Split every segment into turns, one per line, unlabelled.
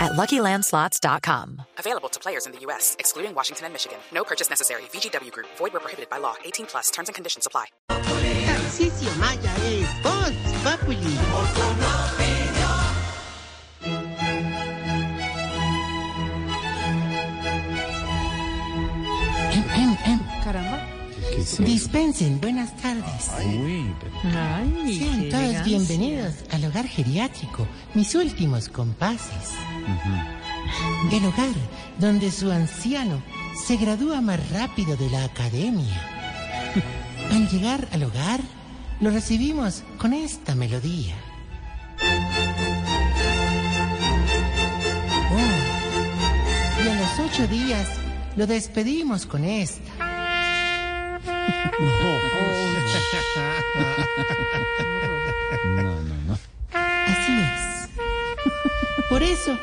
at luckylandslots.com.
Available to players in the U.S., excluding Washington and Michigan. No purchase necessary. VGW Group, void were prohibited by law. 18 plus terms and conditions apply.
Tarcisio Maya es Vox Populi. Em, em, em. Dispensen, buenas tardes.
Ay,
Sean
qué
todos
elegancia.
bienvenidos al hogar geriátrico, mis últimos compases. El hogar donde su anciano se gradúa más rápido de la academia. Al llegar al hogar, lo recibimos con esta melodía. Oh, y a los ocho días lo despedimos con esta. Así es. Por eso,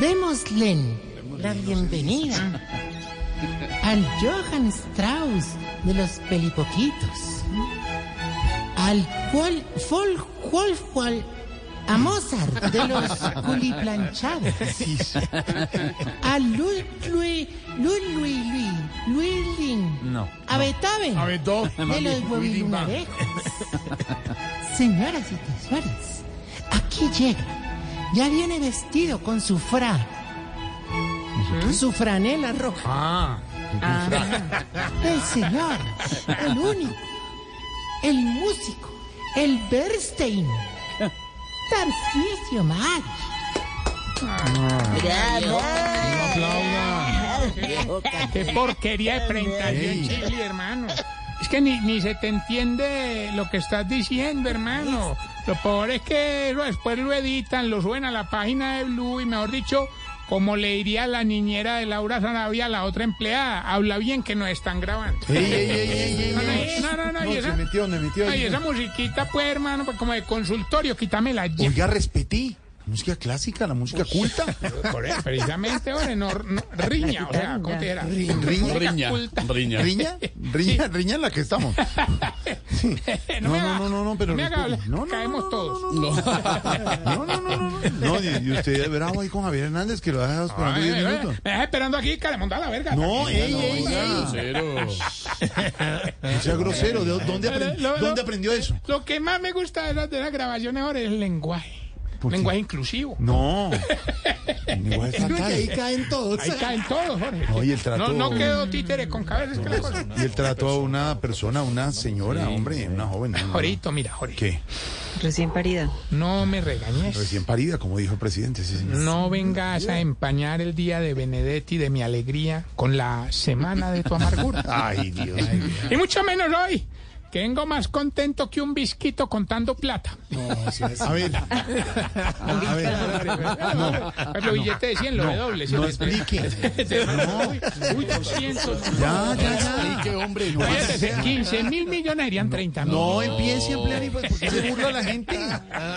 démosle la bienvenida al Johann Strauss de los pelipoquitos, al cual Fol Wolfwal- a Mozart de los culiplanchados, a Luis Luis Luis Luis Luis Lin, a Beethoven de los huevilunarejos. Señoras y tesoros, aquí llega. Ya viene vestido con su fra.
¿Mm?
Su franela roja.
Ah.
Ah. El señor, el único, el músico, el Bernstein. Tarcisio Mari.
Qué porquería de presentación, Chile, hermano. eh. Es que ni, ni se te entiende lo que estás diciendo, hermano. Lo peor es que lo- después lo editan, lo suben a la página de Blue y, mejor dicho, como le diría la niñera de Laura Sarabia a la otra empleada, habla bien que nos están grabando. No, no, no, no, no, y esa, ay, esa musiquita, pues, hermano, pues, como de consultorio, quítamela ya.
Oiga, respetí. La música clásica, la música culta.
Por eso, precisamente, ahora, no, no, riña, o sea, ¿cómo te dirá?
Riña,
Riña,
riña, riña, riña, riña en la que estamos.
No,
No,
me
no,
haga-
no, no, no, pero
me haga
respete.
hablar,
No, no, no,
caemos
no,
todos.
No, no, no, no. No, No, y, y usted de bravo ahí con Javier Hernández que lo ha dejado esperando
Ay,
10
ay, ay,
minutos.
Eh, Me dejas esperando aquí, Calemondá, la verga.
No, ey, ey, ey. No sea grosero. ¿de ¿Dónde, aprend-
Lo- lo-
¿dónde aprendió eso?
Lo que más me gusta de las, de las grabaciones ahora es el lenguaje.
¿Por qué?
Lenguaje inclusivo.
No. Igual es fatal.
caen todos.
Ahí caen todos, Jorge.
No, y el trato-
No, no quedó títeres con cabezas. que la cosa.
Y el trato a una persona, una señora, hombre, una joven. no, no, no.
Jorito, mira, Jorge.
¿Qué?
Recién parida.
No me regañes.
Recién parida, como dijo el presidente. Sí, señor.
No vengas a empañar el día de Benedetti de mi alegría con la semana de tu amargura.
Ay, Dios. mío.
Y mucho menos hoy, que vengo más contento que un bisquito contando plata.
A ver. A ver.
No, el billete de 100 lo de doble.
No explique.
Uy, 200.
Ya, ya, ya.
hombre, no.
Cállate, 15 mil millones serían 30 mil.
No empiece a emplear y pues, ¿por qué se burla la gente.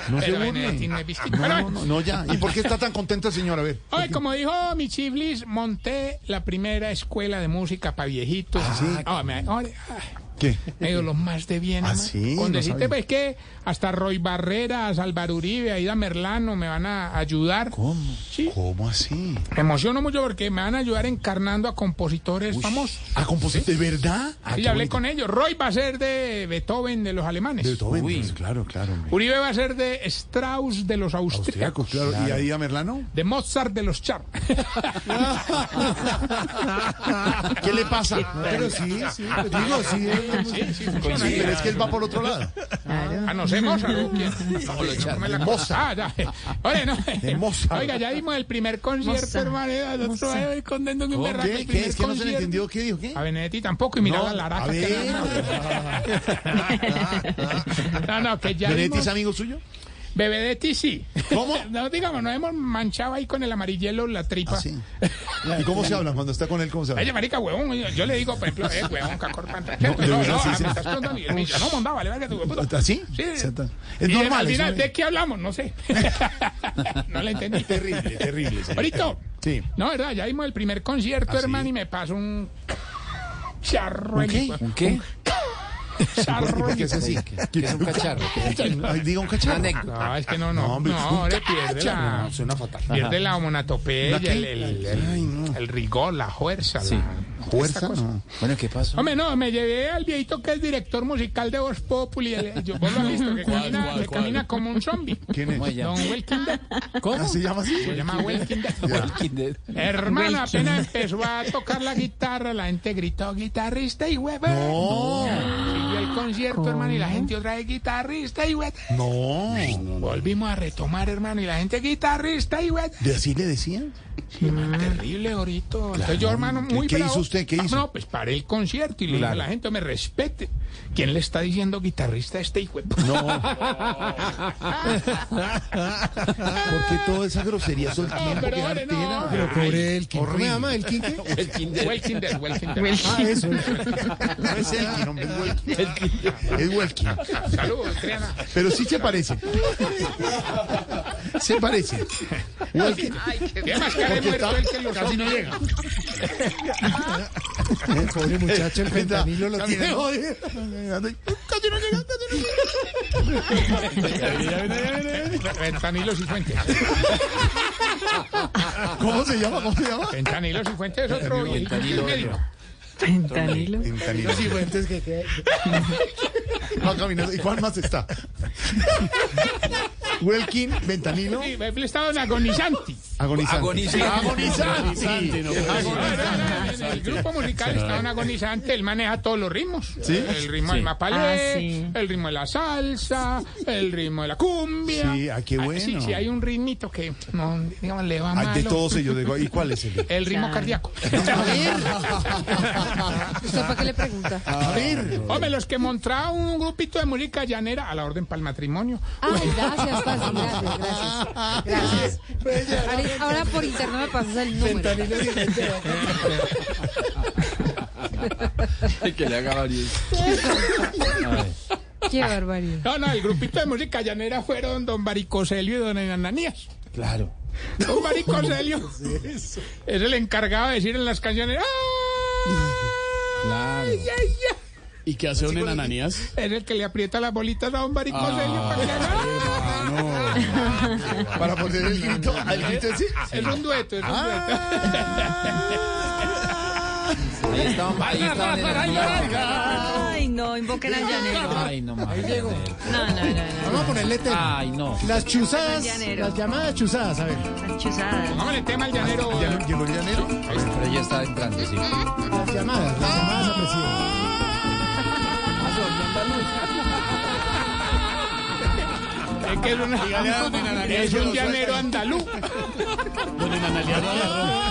No se
Pero Benedetti no
burle.
es bisquito.
No,
Pero
no,
bueno,
no, no, ya. ¿Y por qué está tan contenta, señora? A ver.
Hoy, como dijo mi chiflis, monté la primera escuela de música para viejitos. Ah, me- ahora, ah,
¿Qué?
me dio los más de bien.
Ah,
ama.
sí,
Con
no
decirte,
sabía.
pues, que hasta Roy Barreras, Álvaro Uribe, Aida Merlano me van a ayudar.
¿Cómo?
Sí.
¿Cómo así?
Me emociono mucho porque me van a ayudar encarnando a compositores famosos.
¿A compositor? Ah, ¿De verdad? Ah,
Y
qué
hablé
bonito.
con ellos. Roy va a ser de Beethoven de los alemanes.
Beethoven, pues, claro, claro. hombre.
Uribe va a ser de Strauss de los austríacos.
Austriacos, claro. ¿Y ahí a Merlano?
De Mozart de los charros.
Ah, ¿Qué le pasa? Pero sí, sí. Digo, sí.
sí, sí, funciona.
Sí, pero es que él va por otro lado.
Ah, no sé, Mozart. ¿o quién? Me la-
Mozart.
Ah, ya. Oye, no.
De Mozart.
Oiga, ya dimos el primer concierto,
Mozart.
hermano. eh, al otro
Mozart.
día voy contento que un berraco,
¿Qué?
el
¿Qué?
primer
¿Es que no se le
concierto.
entendió? ¿Qué dijo? ¿Qué?
A Benedetti tampoco, y miraba la
a
laraca. que
ver.
era. No, no, que ya
¿Benedetti es
dimos-
amigo suyo?
Bebedetti sí.
¿Cómo?
No, digamos, nos hemos manchado ahí con el amarillelo la tripa.
Así. ¿Y cómo se habla? Cuando está con él, ¿cómo se
Oye,
habla?
marica, huevón, yo, yo le digo, por ejemplo, eh, huevón, cacor, pantal. No,
de
no,
verdad,
no,
sí,
ah,
sí.
me estás preguntando, y el bicho, no, mondá, vale, verga, tu hueputa.
¿Así?
Sí.
¿Ah, O sea, ta- Es
Y
normal.
al
es
final,
una-
¿de qué hablamos? No sé. no le entendí.
Terrible, terrible. señor.
Ahorita.
Sí.
No, verdad, ya vimos el primer concierto,
¿Ah, sí?
hermano, y me pasó un charro.
¿Un
en
qué?
el-
¿Qué?
Charro. en
¿Qué
el-
es así?
¿Qué es un cacharro? ¿Qué es
Ay, diga un cacharro.
No, es que no, no.
No,
No,
hombre, un
le pierde la,
Suena fatal.
pierde la
¿La
onomatopeya,
qué?
el, el- el-
Ay, no.
el rigor, la fuerza. la-
Sí.
¿Fuerza? No.
Bueno, ¿qué pasó?
Hombre, no, me llevé al viejito que es director musical de Voz Populi. el- yo, vos lo has visto, que camina,
cuál,
que
cuál?
camina como un zombie.
¿Quién
¿Cómo
es?
se llama?
Don Wilkin Dead.
¿Cómo?
¿Ah, ¿Se llama así?
Se llama Wilkin Dead.
Walking Dead.
Hermano, apenas empezó a tocar la guitarra, la gente gritó guitarrista y huevo.
No.
Siguió el concierto, hermano, y la gente otra vez guitarrista y huevo.
No.
Volvimos a retomar, hermano, y la gente guitarrista y huevo.
¿De así le decían?
Terrible, gorito. Entonces yo, hermano,
Mm. ¿Qué-
muy
qué
bravo.
hizo usted? ¿Qué hizo?
No, pues paré el concierto y le dije a la gente, me respete. ¿Quién le está diciendo guitarrista a este hijo? de p-?
¿Por qué toda esa grosería todo el tiempo?
pero
Qué
vale, no.
jartera.
Pero
pobre el ¿Cómo se llama? ¿El King qué?
Walking Dead.
Welkin Dead, Welkin Dead.
Ah, eso. No es Elkin, hombre, es Welkin. Es Welkin.
Saludos, Triana.
Pero sí se parece. Se parece. Welkin.
¿Qué más que haré muerto el que los
Casi no
hombres?
llega. El pobre muchacho, el fentanilo lo tiene. jodido. Casi no llega, casi no llega.
Ventanilos y Fuentes.
¿Cómo se llama? ¿Cómo se llama?
Ventanilos y Fuentes es otro viejito que es médico.
Fentanilo.
Los siguientes que Va caminando. ¿Y cuál más está? Welkin, Ventanilo,
Sí, he estado en agonizanti.
agonizante.
Agonizante.
Agonizante.
En el grupo musical está un agonizante, él maneja todos los ritmos.
¿Sí?
El ritmo del mapalé,
Ah, sí.
el ritmo de la salsa, el ritmo de la cumbia.
Sí, ah, qué
Ah,
bueno.
Sí, sí, hay un ritmito que, no, digamos, le va
Ay,
mal.
de todos ellos. digo, ¿Y cuál es el?
El ritmo cardíaco.
¿Usted para qué le pregunta?
A ver.
Hombre, los que montra un grupito de música llanera a la orden para el matrimonio.
Ah,
Ay, Ah, gracias, Pasi, gracias, gracias. Gracias. Ahora- Ahora por interno me pasas el número.
Que le haga varios.
Qué barbaridad.
No, no, el grupito de música llanera fueron don Baricoselio y don Ananías.
Claro.
Don Baricoselio es el encargado de decir en las canciones, ¡ah!
Claro.
ay, ay!
¿Y qué hace don Enananías?
Es el que le aprieta las bolitas a un baricoselio para que
Ah,
haga- "Ah".
Para poner el grito. El grito ese.
Es un dueto, es un
ah.
Ahí estaban. Ahí estaban.
Ay, no, invoquen al llanero.
Ay, no mames.
No, no, no, no.
Vamos a ponerle tele.
Ay, no.
Las chuzadas.
Llanero.
Las llamadas chuzadas. A ver.
Las chuzadas.
dueto. el tema al llanero.
¿Llan- ¿Llanero llanero?
Pero ya está entrando, sí.
Las llamadas. Las llamadas a presión.
Es que es, una- es un llanero andaluz.
Don Enananías lo agarró.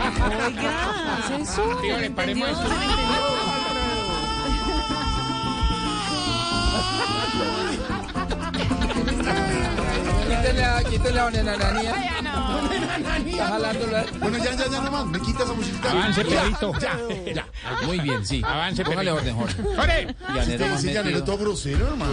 Oiga, ¿qué es eso?
Tío, le paremos esto.
Quítele a, quítele a don Enananías. Está jalándola.
Bueno, ya, ya, ya, nomás. Me quita esa musiquita.
Avance, perrito.
Muy bien, sí.
Avance,
Póngale
perrito.
orden, Jorge.
¡Ore!
Llanero más
Ese llanero
metido.
todo grosero, hermano.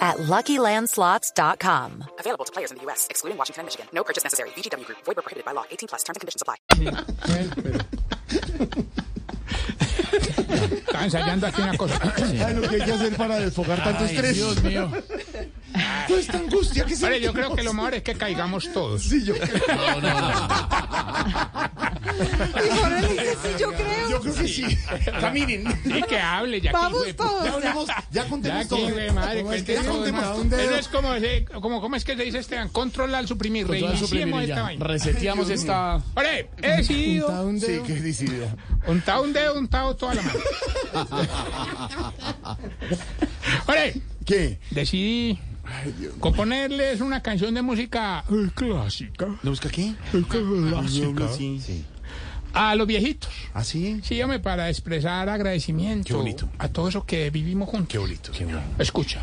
at luckylandslots.com.
Available to players in the U.S., excluding Washington and Michigan. No purchase necessary. VGW Group. Void where prohibited by law. 18 plus. Terms and conditions apply.
Estaba ensayando aquí una cosa.
Ay, lo que hay que hacer para desfogar tanto estrés.
Dios mío.
Toda esta angustia que se
Hombre, yo creo que lo mejor es que caigamos todos.
Sí, yo creo.
No, no, no.
Y Jorge le dice, sí, yo creo.
Yo creo que sí. Caminen.
Y que hable, ya que
Vamos
hijo de pu-
Ya
todos.
hablemos, ya
Ya
contemos
que
todo.
hijo de madre,
¿Cómo es que
cuente
ya
todo,
contemos
hermano.
todo un dedo?
Eso es como, se- como, ¿cómo es que se dice Esteban? Controlar, suprimir,
Controlar, suprimir
reiniciemos
y
esta
ya.
vaina.
Reseteamos esta.
Oye, he decidido
Un dedo. Sí, qué decidido.
untado un dedo, untado toda la mano. Oye,
¿Qué?
decidí componerles una canción de música eh, clásica.
¿Lo busca aquí?
eh, clásica.
Sí. sí.
A los viejitos.
¿Ah, sí?
Sí, hombre, para expresar agradecimiento
Qué bonito.
a todo eso que vivimos juntos.
Qué bonito. Qué bueno.
Escucha.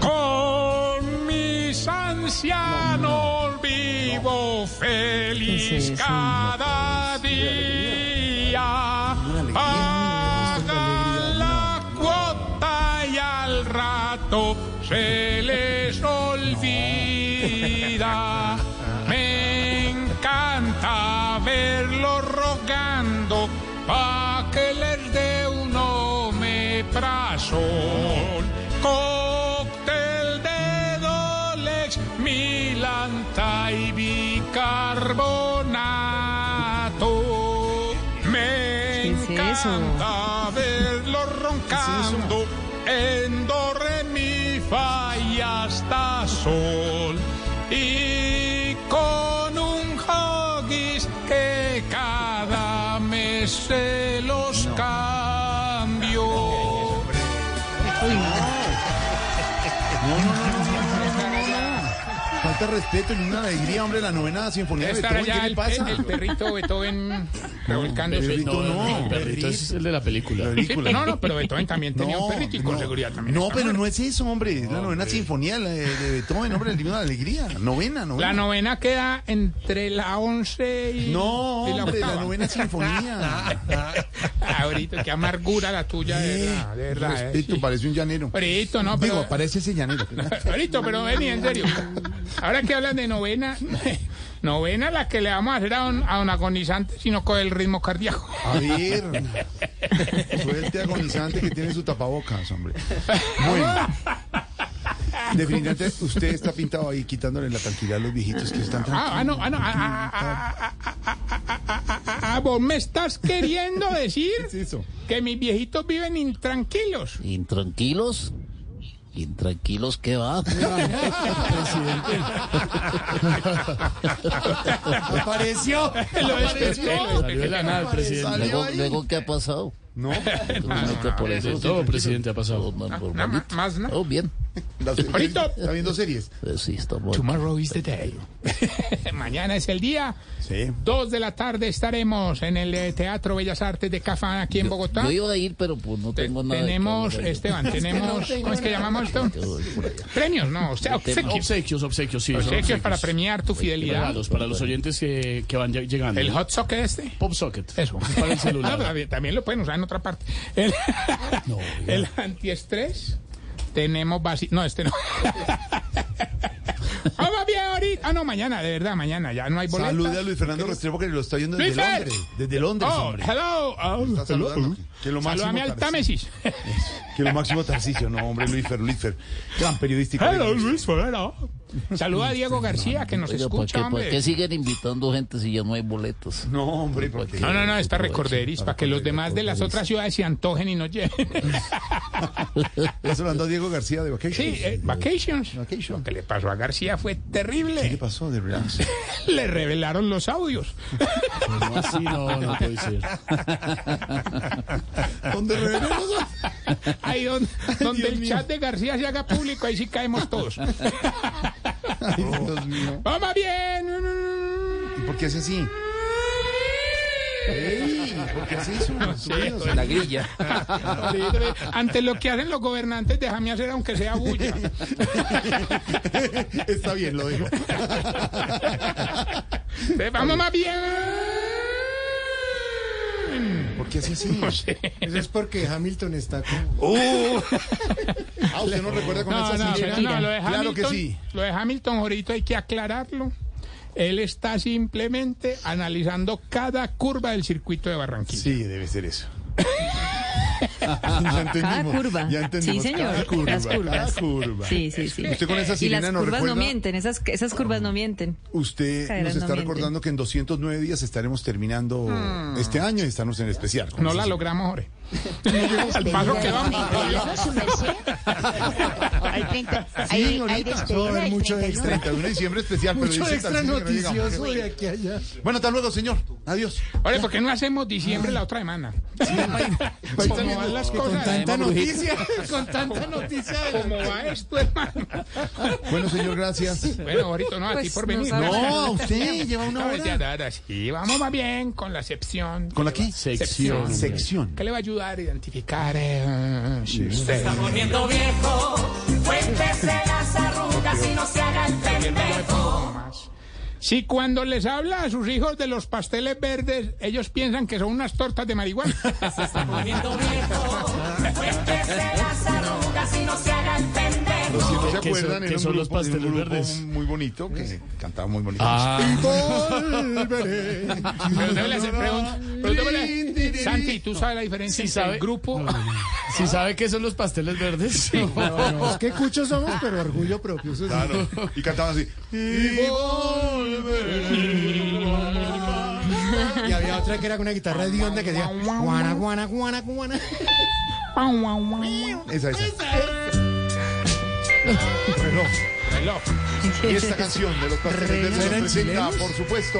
Con mis ancianos vivo feliz cada día.
alegría.
Pagan la cuota y al rato se les olvida. Me encanta verlo rogando pa' que les dé un omeprazol. Cóctel de Dolex, Milanta y bicarbonato. Me
¿Qué es eso?
encanta verlo roncando en do, re, mi, fa y hasta sol. Y con un hoggies que cada mes se los cambio.
Falta respeto y una alegría, hombre, la novena sinfonía de
Estará
Beethoven.
ya
¿Qué le
el,
pasa?
el perrito Beethoven revolcándose.
Perrito no,
el perrito es el de la película.
Sí, pero no, no, pero Beethoven también tenía un perrito y con seguridad también. Ah.
No,
está
pero
muerto.
no es eso, hombre. Es la novena sinfonía la de, de Beethoven, hombre, el himno de la alegría. Novena, novena.
La novena queda entre la 11 y,
No,
y la
hombre, la
octava.
novena sinfonía.
Ahorita, qué amargura la tuya, de verdad, de verdad. eh,
Respeto,
sí.
parece un llanero.
Ahorita, no, pero...
Digo, parece ese llanero.
Ahorita, pero vení, en serio. Ahora que hablan de novena, novena la que le vamos a hacer a un, a un agonizante si no coge el ritmo cardíaco.
A ver. Suelte agonizante que tiene su tapabocas, hombre. Bueno. Definitivamente usted está pintado ahí quitándole la tranquilidad a los viejitos que están
Ah, ah, no, ah, no, ah, ah, ah, ah, ah, ah, ah, ah, ah, ah, ah, ah, vos me estás queriendo decir
¿Qué es eso?
que mis viejitos viven intranquilos.
Ah, Intranquilos. Intranquilos que va.
Apareció.
Lo desperté, lo
Salió de la nada el presidente.
Salió
Luego,
ahí.
luego ¿qué ha pasado?
No,
Precisamente por eso.
De todo presidente ha pasado.
Por- por- por-
Nada más- más, ¿no?
Oh, bien.
la-
Ahorita.
está viendo series.
Pues sí, estamos.
Tomorrow is the day. Mañana es el día.
Sí.
Dos de la tarde estaremos en el eh, Teatro Bellas Artes de Cafán aquí en Bogotá.
Yo iba a ir, pero pues no
Te-
tengo nada. de
tenemos,
que hablar.
Esteban, tenemos, ¿cómo es que llamamos esto?
Yo voy por allá.
Premios, no, o sea, obsequios.
Obsequios, obsequios, sí. son
Obsequios para
obsequios.
premiar tu fidelidad.
Regalos para los oyentes que, que van ya- llegando.
El hot socket este.
Pop Socket.
Eso.
Para el
Ah,
celular.
pero también lo pueden usar en otra parte. El, el antiestrés. Tenemos basi- No, este no. Ah, va bien ahorita. Ah, no, mañana, de verdad, mañana. Ya no hay boletas.
Salude a Luis Fernando Restrepo que lo está viendo desde
Luis Fer.
Londres. Desde Londres,
Oh,
hombre.
hello. Oh,
Está saludando.
hello.
Que lo máximo
Saludame al
Tarcisio.
Támesis.
Que lo máximo Tarcicio, no, hombre, Luis Fer, Luis Fer. Gran periodístico.
Hello, Luis Ferrera. Saluda a Diego García, que nos
Oiga, ¿para qué,
escucha,
¿Para
hombre.
qué siguen invitando gente si ya no hay boletos?
No, hombre, porque.
No, no, no, está recorderis, para que los demás de las otras ciudades se antojen y nos lleven.
Está saludando a Diego García de Vacation.
Sí, eh, vacations.
Vacation.
Lo que le pasó a García fue
¿Qué
terrible.
pasó de relax?
Le revelaron los audios.
No, así no, no puede ser.
¿Dónde revelamos?
Ahí don- donde
Dios
el
mío.
chat de García se haga público, ahí sí caemos todos.
Ay, Dios mío.
¡Vamos bien!
¿Y por qué hace así? Ey, ¿Por qué hace eso? Los sonidos.
La grilla.
Ante lo que hacen los gobernantes, déjame hacer aunque sea bulla.
Está bien, lo digo.
Ve, ¡Vamos más bien!
¿Por qué hace así?
Eso es porque Hamilton está como...
¡Uh! Ah, usted no recuerda con
No,
esa
no,
señora?
no, no, lo de
Claro
Hamilton,
que sí.
Lo de Hamilton, Jorito, hay que aclararlo. Él está simplemente analizando cada curva del circuito de Barranquilla.
Sí, debe ser eso. ya entendimos,
curva.
Ya entendimos.
Sí, señor,
Cada curva,
las curvas.
cada curva.
Sí, sí, sí.
Usted con esa
Y las
sirena no
curvas
recuerda.
no mienten, esas, esas curvas no mienten.
Usted
Caerán,
nos
no
está
mienten.
recordando que en 209 días estaremos terminando
Hmm.
este año y estamos en especial. con
No
esa
la
sirena.
logramos, Jorge. Al paso que vamos.
Hay-
Sí,
hay
ahorita.
despedida No, hay el mucho 31. extra.
31 de diciembre especial, pero
Mucho
dice
extra
Tarcisio que no llegamos.
noticioso de aquí a allá.
Bueno, hasta luego, señor. Adiós.
Oye, ¿por qué no hacemos diciembre la otra semana? Como van las
Con
cosas.
tanta noticia,
con tanta noticia. ¿Cómo va esto, hermano?
Bueno, señor, gracias.
Bueno, ahorita Pues no, a ti por venir.
No, a usted lleva una
Ahora ya,
hora.
ahora sí, vamos más bien con la sección.
¿Con la qué?
Sección.
Sección.
¿Qué le va a ayudar a identificar eh, si usted?
Poniendo viejo, cuéntese las arrugas y no se haga el pendejo.
Si cuando les habla a sus hijos de los pasteles verdes, ellos piensan que son unas tortas de marihuana.
Poniendo viejo, cuéntese las arrugas y no se haga el pendejo.
Los que no se
Que son-
acuerdan,
que
era un
son
grupo,
los pasteles
un grupo
verdes.
muy bonito que cantaba muy bonito.
Ah.
Y volveré.
Pregúntale, pregúntale, pregúntale, Santi, ¿tú sabes la diferencia
Sí,
entre
sabe.
el grupo?
Si sabe qué son los pasteles verdes.
No, no, es que cuchos somos, pero orgullo propio. eso sí.
Claro. Y cantaban así.
Y volveré. Y había otra que era con una guitarra de onda que decía guana, guana, guana, guana.
Esa, esa. Reloj.
Reloj.
Y esta canción de los pasteles verdes nos
¿Eran
presenta,
chilenos?
por supuesto,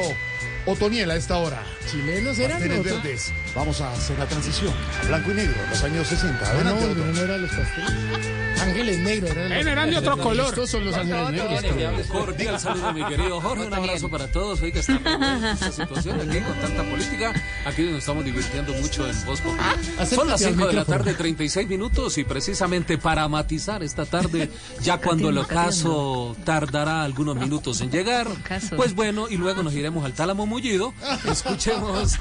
Otoniel a esta hora.
Chilenos eran.
Pasteles
¿no?
verdes. Vamos a hacer la transición. a Blanco y negro, los años 60.
Ah, No,
Adelante, Otoniel.
no, no eran los pasteles. Ángeles negros eran los
Eh, eran de otro color.
Estos son los ángeles negros.
Cordial saludo, mi querido Jorge. Un abrazo para todos. Hoy que está muy buena esta situación aquí con tanta política. Aquí nos estamos divirtiendo mucho en Voz Populi. Son las
al
5 de la
micrófono.
tarde, 36 minutos. Y precisamente para matizar esta tarde, ya cuando el ocaso tardará algunos minutos en llegar,
Ocaso.
pues bueno, y luego nos iremos al tálamo mullido. Escuchemos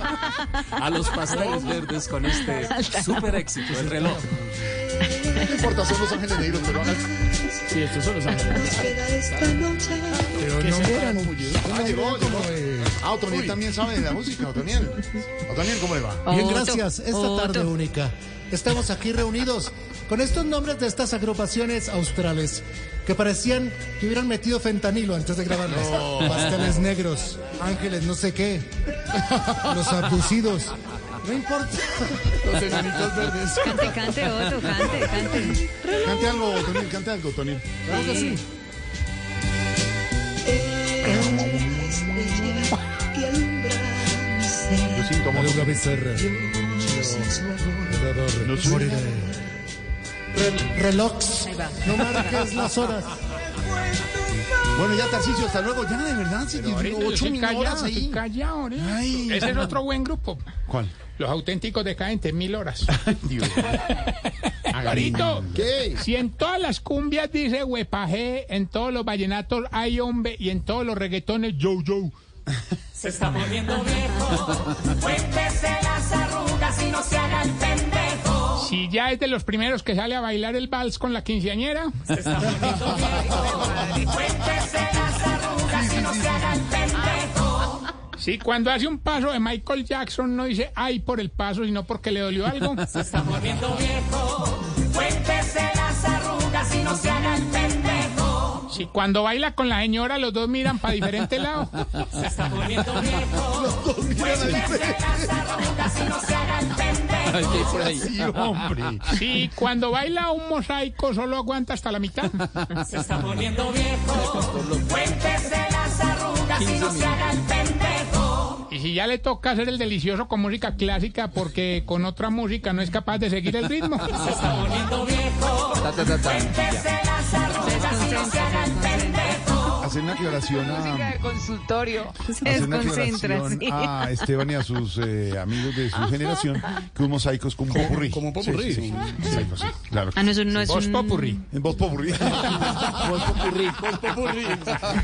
a los
Oh.
pasteles verdes con este super éxito, el reloj.
No importa, son los ángeles negros, pero ah,
Sí, estos son los ángeles.
Pero no eran.
llegó, llegó. Ah, Otoniel también sabe de la música, Otoniel. Otoniel, ¿cómo le va?
Bien,
Otto,
gracias. Esta
Otto.
tarde única. Estamos aquí reunidos con estos nombres de estas agrupaciones australes que parecían que hubieran metido fentanilo antes de grabarlas. Pasteles negros, ángeles no sé qué, los abducidos. No importa.
Los enanitos verdes.
Cante, cante, Otto, cante, cante.
Cante algo, Otoniel, cante algo, Otoniel.
Claro que sí.
Yo siento amor.
Madruga Becerra.
Nos moriré.
Relox.
Ahí va.
No marques las horas.
Bueno, ya, Tarcicio, hasta luego. Ya, de verdad, sí,
Ahorita yo
ocho
estoy
mil
callado,
horas
estoy
ahí.
callado, ahorita.
Ay.
Ese es otro buen grupo.
¿Cuál?
Los auténticos decadentes, mil horas.
Dios.
Ahorita,
¿Qué?
si en todas las cumbias dice huepaje, en todos los vallenatos hay hombre y en todos los reggaetones yo yo.
Se está poniendo viejo, cuéntese las arrugas y no se haga el pendejo.
Si ya es de los primeros que sale a bailar el vals con la quinceañera,
Cuéntese las arrugas y no se haga el pendejo.
si cuando hace un paso de Michael Jackson no dice ay por el paso, sino porque le dolió algo.
Está poniendo viejo, cuéntese las arrugas y no se haga el pendejo.
Si cuando baila con la señora los dos miran para diferente lado.
Se está poniendo viejo, cuéntese las arrugas y no se haga el pendejo.
Aquí por ahí.
Sí, hombre.
Si cuando baila un mosaico solo aguanta hasta la mitad.
Se está poniendo viejo, cuéntese las arrugas y no se haga el pendejo.
Y si ya le toca hacer el delicioso con música clásica porque con otra música no es capaz de seguir el ritmo.
Se está poniendo viejo,
Ta, ta, ta, ta.
cuéntese las arrugas y no se haga el pendejo.
hacer una aclaración
Música
a,
de consultorio.
hacer una aclaración Ah. a Esteban y a sus eh, amigos de su generación que un mosaico es como un popurrí. Como un
popurrí.
Mosaico, sí, claro.
Ah, no, eso no es
Voz
un-
popurrí. Voz popurrí. Voz popurrí.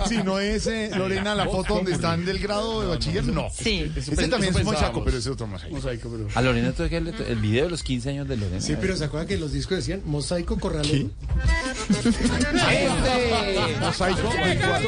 Sí, no es, eh, Lorena, la
Voz
foto donde están del grado de bachiller, no.
Sí.
Ese
Eso
también es un mosaico,
pensábamos.
pero ese otro mosaico.
Mosaico, pero...
A Lorena tuve que darle to- el video de los 15 años de Lorena.
Sí, pero ¿se acuerdan que los discos decían mosaico corralero?
Este,
Mosaico del
Llega
cuarto,